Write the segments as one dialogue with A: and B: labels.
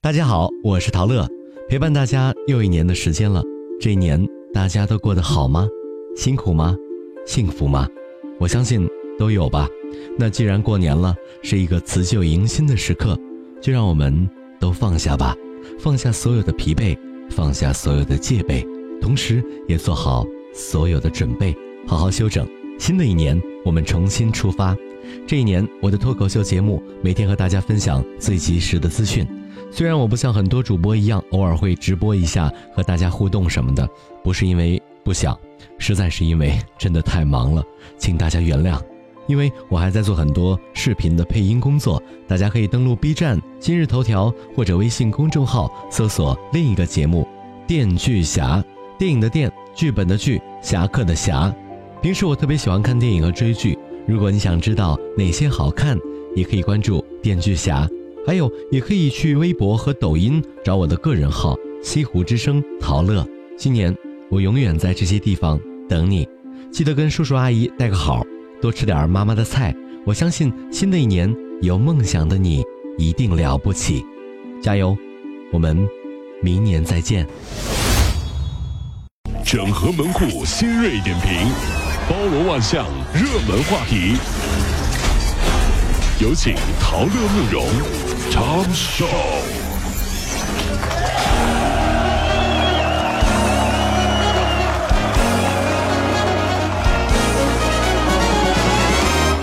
A: 大家好，我是陶乐，陪伴大家又一年的时间了。这一年大家都过得好吗？辛苦吗？幸福吗？我相信都有吧。那既然过年了，是一个辞旧迎新的时刻，就让我们都放下吧，放下所有的疲惫，放下所有的戒备，同时也做好所有的准备，好好休整。新的一年，我们重新出发。这一年，我的脱口秀节目每天和大家分享最及时的资讯。虽然我不像很多主播一样，偶尔会直播一下和大家互动什么的，不是因为不想，实在是因为真的太忙了，请大家原谅。因为我还在做很多视频的配音工作，大家可以登录 B 站、今日头条或者微信公众号搜索另一个节目《电锯侠》，电影的电，剧本的剧，侠客的侠。平时我特别喜欢看电影和追剧，如果你想知道哪些好看，也可以关注《电锯侠》。还有，也可以去微博和抖音找我的个人号“西湖之声陶乐”。今年我永远在这些地方等你，记得跟叔叔阿姨带个好，多吃点儿妈妈的菜。我相信新的一年有梦想的你一定了不起，加油！我们明年再见。
B: 整合门户新锐点评，包罗万象，热门话题。有请陶乐慕容长寿。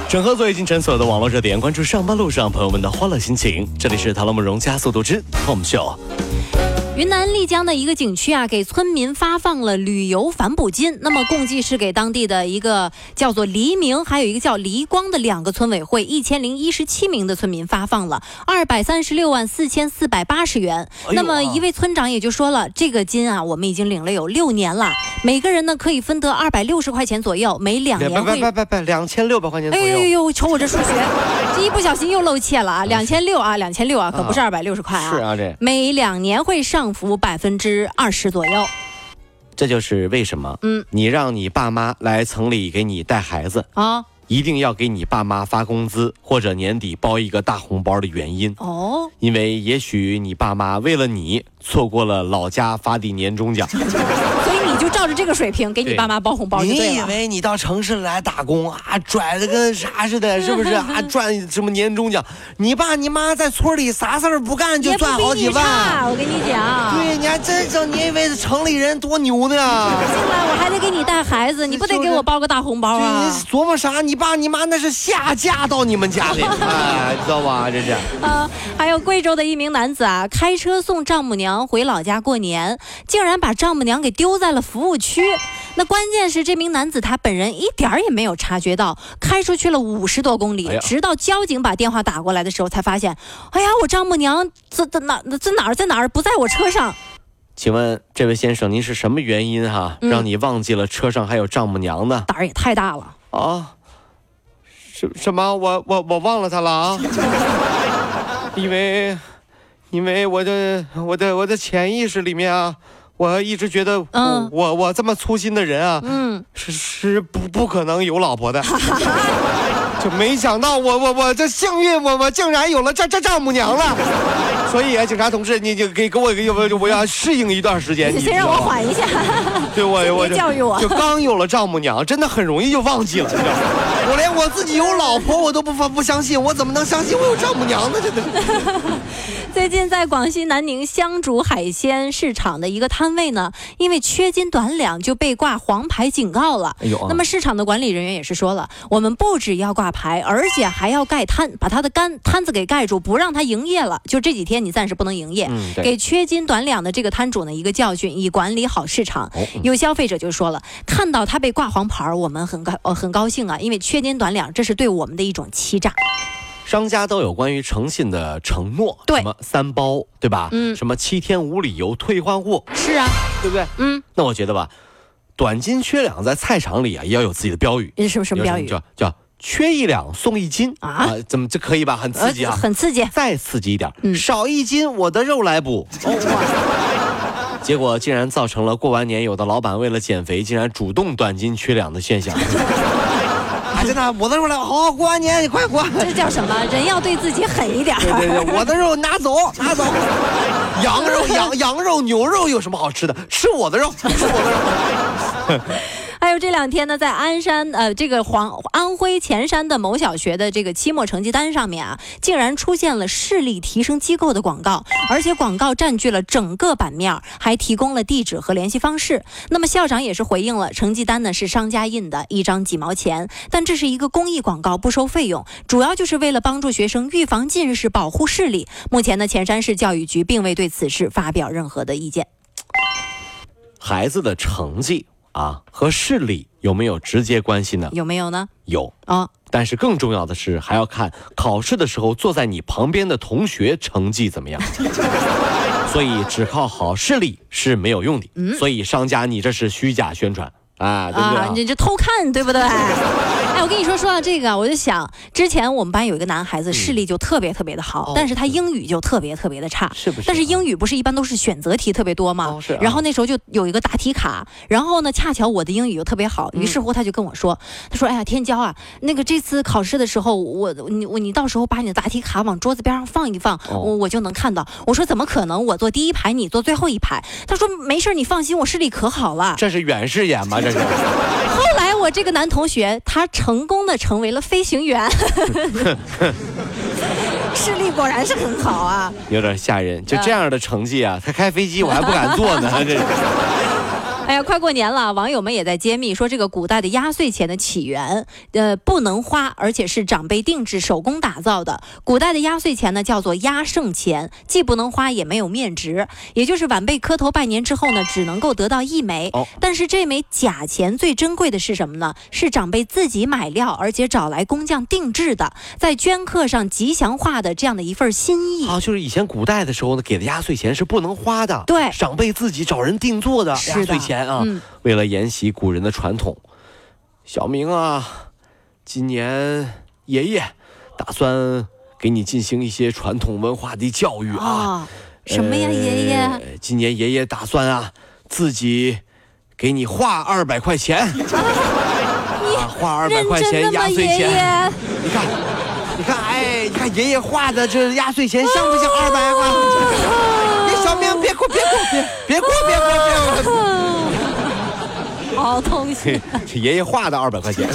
C: 整合最近诊所的网络热点，关注上班路上朋友们的欢乐心情。这里是《唐乐慕容加速度之 Tom Show》。
D: 云南丽江的一个景区啊，给村民发放了旅游反补金。那么共计是给当地的一个叫做黎明，还有一个叫黎光的两个村委会，一千零一十七名的村民发放了二百三十六万四千四百八十元。
C: 哎呦
E: 啊
D: 那么一位村长也就说了，这个金啊，我们已经领了有六年了，每个人呢可以分得二百六十块钱左右，每两
E: 别
D: 年
E: 别
D: 会
E: 别别别，两千六百块钱
D: 哎
E: 左
D: 呦
E: 右。
D: 呦呦！瞅我这数学，这一不小心又露怯了啊！两千六啊，两千六啊，可不是二百六十块啊！
E: 是啊这
D: 每两年会上浮百分之二十左右。
C: 这就是为什么，
D: 嗯，
C: 你让你爸妈来城里给你带孩子，
D: 啊，
C: 一定要给你爸妈发工资或者年底包一个大红包的原因。
D: 哦，
C: 因为也许你爸妈为了你错过了老家发的年终奖，
D: 所以你就照着这个水平给你
C: 对
D: 爸妈包红包就
E: 你
D: 对
E: 以
D: 了。
E: 为你到城市来打工啊，拽的跟啥似的，是不是啊？赚什么年终奖？你爸你妈在村里啥事儿不干就
D: 也不
E: 赚好
D: 比
E: 几
D: 你
E: 万。
D: 差，我跟你讲。
E: 对，你还真整，你以为城里人多牛呢？
D: 进来我还得给你带孩子，你不得给我包个大红包
E: 对，你
D: 啊？
E: 琢磨啥？你爸你妈那是下嫁到你们家 里，哎，知道吧？这是。
D: 呃，还有贵州的一名男子啊，开车送丈母娘回老家过年，竟然把丈母娘给丢在了服务区。那关键是这名男子他本人一点儿也没有察觉到，开出去了五十多公里，
C: 哎呀
D: 直到交警把电话打过来的时候才发现，哎呀，我丈母娘这这哪这哪儿在哪儿不在我车上，
C: 请问这位先生，您是什么原因哈、
D: 嗯
C: 让你忘记了车上还有丈母娘呢？
D: 胆儿也太大了。
E: 啊，什什么？我我我忘了他了 啊！因为，因为我的我的我的潜意识里面啊，我一直觉得我、
D: 嗯
E: 我我这么粗心的人啊，
D: 嗯，
E: 是是不不可能有老婆的。 就没想到我我我这幸运我我竟然有了这这丈母娘了，所以啊，警察同志，你就给给我给我我要适应一段时
C: 哎
E: 间，
D: 你
E: 你
D: 先让
E: 知
D: 我
E: 道吗
D: 缓一下。
E: 对我
D: 先别
E: 我就
D: 教育我
E: 就刚有了丈母娘，真的很容易就忘记了， 你知道吗？我连我自己有老婆我都不发不相信，我怎么能相信我有丈母娘呢？真的是。
D: 最近在广西南宁香竹海鲜市场的一个摊位呢，因为缺斤短两就被挂黄牌警告了。
C: 哎呦啊
D: 那么市场的管理人员也是说了，我们不只要挂牌，而且还要盖摊，把他的干摊子给盖住，不让他营业了。就这几天你暂时不能营业，
C: 嗯对
D: 给缺斤短两的这个摊主呢一个教训，以管理好市场。
C: 哦
D: 有消费者就说了，看到他被挂黄牌，我们很高呃很高兴啊，因为缺斤短两，这是对我们的一种欺诈。
C: 商家都有关于诚信的承诺，
D: 对
C: 什么三包，对吧？
D: 嗯
C: 什么七天无理由退换货，
D: 是啊，
C: 对不对？
D: 嗯，
C: 那我觉得吧，短斤缺两在菜场里啊也要有自己的标语，
D: 什啊么什么标语
C: 叫叫缺一两送一斤
D: 啊
C: 怎么这可以吧？很刺激啊！
D: 呃很刺激。
C: 再刺激一点，
D: 嗯
C: 少一斤我的肉来 补。结果竟然造成了过完年有的老板为了减肥，竟然主动短斤缺两的现象。
E: 啊，真的，我的肉来，好好过完年， 你快过。
D: 这叫什么？人要对自己狠一点儿。
E: 对对对，我的肉拿走拿走。羊肉、羊羊肉、牛肉有什么好吃的？吃我的肉，吃我的肉。
D: 还有这两天呢，在鞍山呃这个黄安徽潜山的某小学的这个期末成绩单上面啊，竟然出现了视力提升机构的广告，而且广告占据了整个版面儿，还提供了地址和联系方式。那么校长也是回应了，成绩单呢是商家印的，一张几毛钱，但这是一个公益广告，不收费用，主要就是为了帮助学生预防近视、保护视力。目前呢，潜山市教育局并未对此事发表任何的意见。
C: 孩子的成绩啊和视力有没有直接关系呢？
D: 有没有呢？
C: 有，
D: 啊、
C: 但是更重要的是还要看考试的时候坐在你旁边的同学成绩怎么样。 所以只靠好视力是没有用的。所以商家你这是虚假宣传啊，对不对、
D: 嗯啊
C: 啊？，
D: 你这偷看对不 对？哎，我跟你说，说到这个啊，我就想，之前我们班有一个男孩子
C: 嗯
D: 视力就特别特别的好，但是他英语就特别特别的差，
C: 哦是啊不是
D: 但是英语不是一般都是选择题特别多嘛？
C: 哦是啊
D: 然后那时候就有一个答题卡，然后呢，恰巧我的英语又特别
C: 嗯
D: 好，于是乎他就跟我说，他说：“哎呀，天骄啊，那个这次考试的时候，我你我你到时候把你的答题卡往桌子边上放一放，
C: 哦
D: 我我就能看到。”我说：“怎么可能？我坐第一排，你坐最后一排。”他说：“没事儿，你放心，我视力可好了。”
C: 这是远视眼吗？这是。
D: 后来我这个男同学，他成功的成为了飞行员， 视力果然是很好啊。
C: 有点吓人，就这样的成绩啊，他开飞机我还不敢坐呢，这
D: 哎呀，快过年了，网友们也在揭秘说这个古代的压岁钱的起源，呃，不能花，而且是长辈定制、手工打造的。古代的压岁钱呢，叫做压胜钱，既不能花，也没有面值，也就是晚辈磕头拜年之后呢，只能够得到一枚。
C: 哦
D: 但是这枚假钱最珍贵的是什么呢？是长辈自己买料，而且找来工匠定制的，在绢刻上吉祥画的这样的一份心意。
C: 啊，就是以前古代的时候呢，给的压岁钱是不能花的，
D: 对
C: 长辈自己找人定做的
D: 是
C: 压
D: 的
C: 岁钱啊。
D: 嗯
C: 为了沿袭古人的传统，小明啊，今年爷爷打算给你进行一些传统文化的教育啊。
D: 啊、什么呀，
C: 呃
D: 爷爷？
C: 今年爷爷打算啊，自己给你花二百块钱， 啊，花二百
D: 认
C: 块
D: 真
C: 钱
D: 的
C: 压
D: 吗，
C: 岁
D: 爷
C: 钱。
D: 爷？
C: 你看，你看，哎，你看爷爷画的这压岁钱像不像
D: 哦
C: 二百 块？哎
E: 别小明，别哭，别哭，别别哭，别哭，别 哭。
D: 好痛心。
C: 这爷爷画的二百块钱，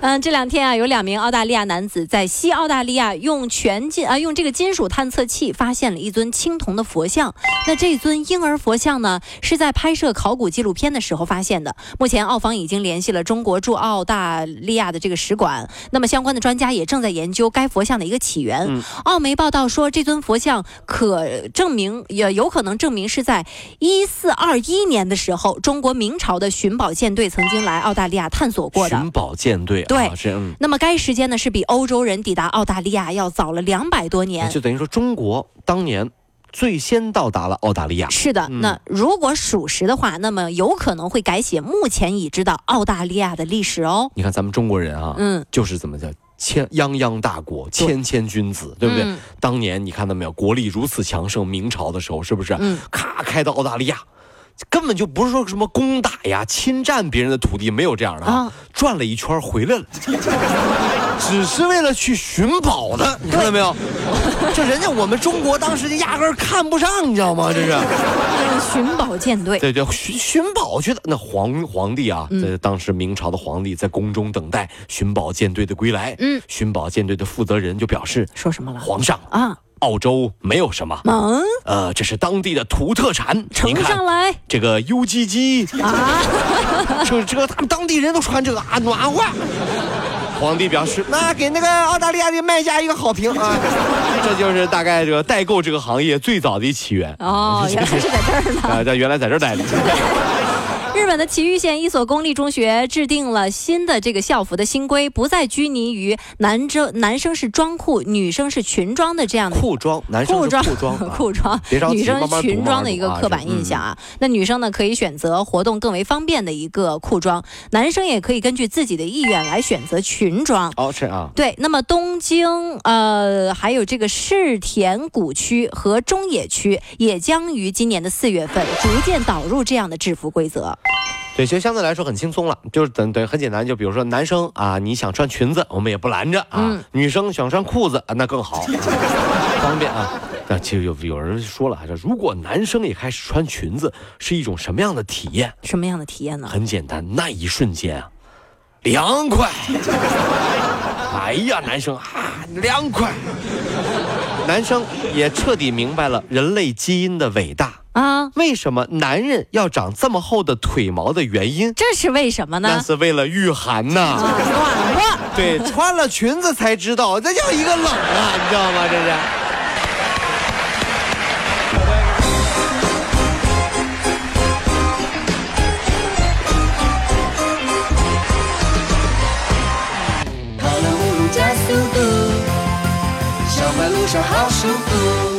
D: 嗯，这两天啊，有两名澳大利亚男子在西澳大利亚用全金啊、用这个金属探测器发现了一尊青铜的佛像。那这尊婴儿佛像呢，是在拍摄考古纪录片的时候发现的。目前澳方已经联系了中国驻澳大利亚的这个使馆，那么相关的专家也正在研究该佛像的一个起源。澳媒报道说，这尊佛像可证明，也有可能证明是在一四二一年的时候，中国明朝的寻宝舰队曾经来澳大利亚探索过的。
C: 寻宝舰队啊，
D: 对
C: 是嗯，
D: 那么该时间呢是比欧洲人抵达澳大利亚要早了两百多年。
C: 就等于说中国当年最先到达了澳大利亚。
D: 是的，那如果属实的话，那么有可能会改写目前已知的澳大利亚的历史哦。
C: 你看咱们中国人啊，
D: 嗯，
C: 就是怎么叫千泱泱大国，谦谦君子，对不对？
D: 嗯
C: 当年你看到没有，国力如此强盛，明朝的时候是不是？
D: 嗯
C: 咔开到澳大利亚。根本就不是说什么攻打呀、侵占别人的土地，没有这样的啊
D: 啊！
C: 转了一圈回来了， 只是为了去寻宝的，你看到没有？
E: 这人家我们中国当时就压根儿看不上，你知道吗？这是
D: 嗯寻宝舰队。
C: 对对，寻寻宝去的。那皇皇帝啊，
E: 嗯
C: 在当时明朝的皇帝在宫中等待寻宝舰队的归来。
D: 嗯，
C: 寻宝舰队的负责人就表示，
D: 说什么了？
C: 皇上，
D: 啊，
C: 澳洲没有什么，
D: 猛
E: 嗯
C: 呃，这是当地的土特产。
D: 乘
C: 您看
D: 上来
C: 这个 U G G，
D: 啊！
C: 这这个他们当地人都穿这个啊，暖和。皇帝表示，
E: 那给那个澳大利亚的卖家一个好评啊！
C: 这就是大概这个代购这个行业最早的起源。
D: 哦，原来是在这儿呢。
C: 啊，这原来在这儿 待着。
D: 日本的崎玉县一所公立中学制定了新的这个校服的新规，不再拘泥于男生男生是装裤，女生是裙装的这样的
C: 裤装，男生
D: 裤
C: 是
D: 装、
C: 裤 装，啊
D: 裤装
C: 别着急
D: 女生
C: 慢慢读
D: 裙
C: 慢
D: 装
C: 慢
D: 的一个
C: 读啊
D: 刻板
C: 这嗯
D: 印象啊。那女生呢，可以选择活动更为方便的一个裤装，男生也可以根据自己的意愿来选择裙装。
C: 哦，是啊，
D: 对，那么东京呃，还有这个世田谷区和中野区也将于今年的四月份逐渐导入这样的制服规则。
C: 对，其实相对来说很轻松了，就是等对很简单，就比如说男生啊，你想穿裙子，我们也不拦着啊；女生想穿裤子，啊那更好。 方便啊。那其实有有人说了啊，这如果男生也开始穿裙子，是一种什么样的体验？
D: 什么样的体验呢？
C: 很简单，那一瞬间啊，凉快。 哎呀，男生啊，凉快。男生也彻底明白了人类基因的伟大，
D: 啊，
C: 为什么男人要长这么厚的腿毛的原因，
D: 这是为什么
C: 那
D: 呢？啊
C: 是为了御寒呐、
D: 暖和，
E: 对，穿了裙子才知道，这叫一个冷啊，你知道吗？这是。
F: 跑了五路加速度，上班路上好舒服。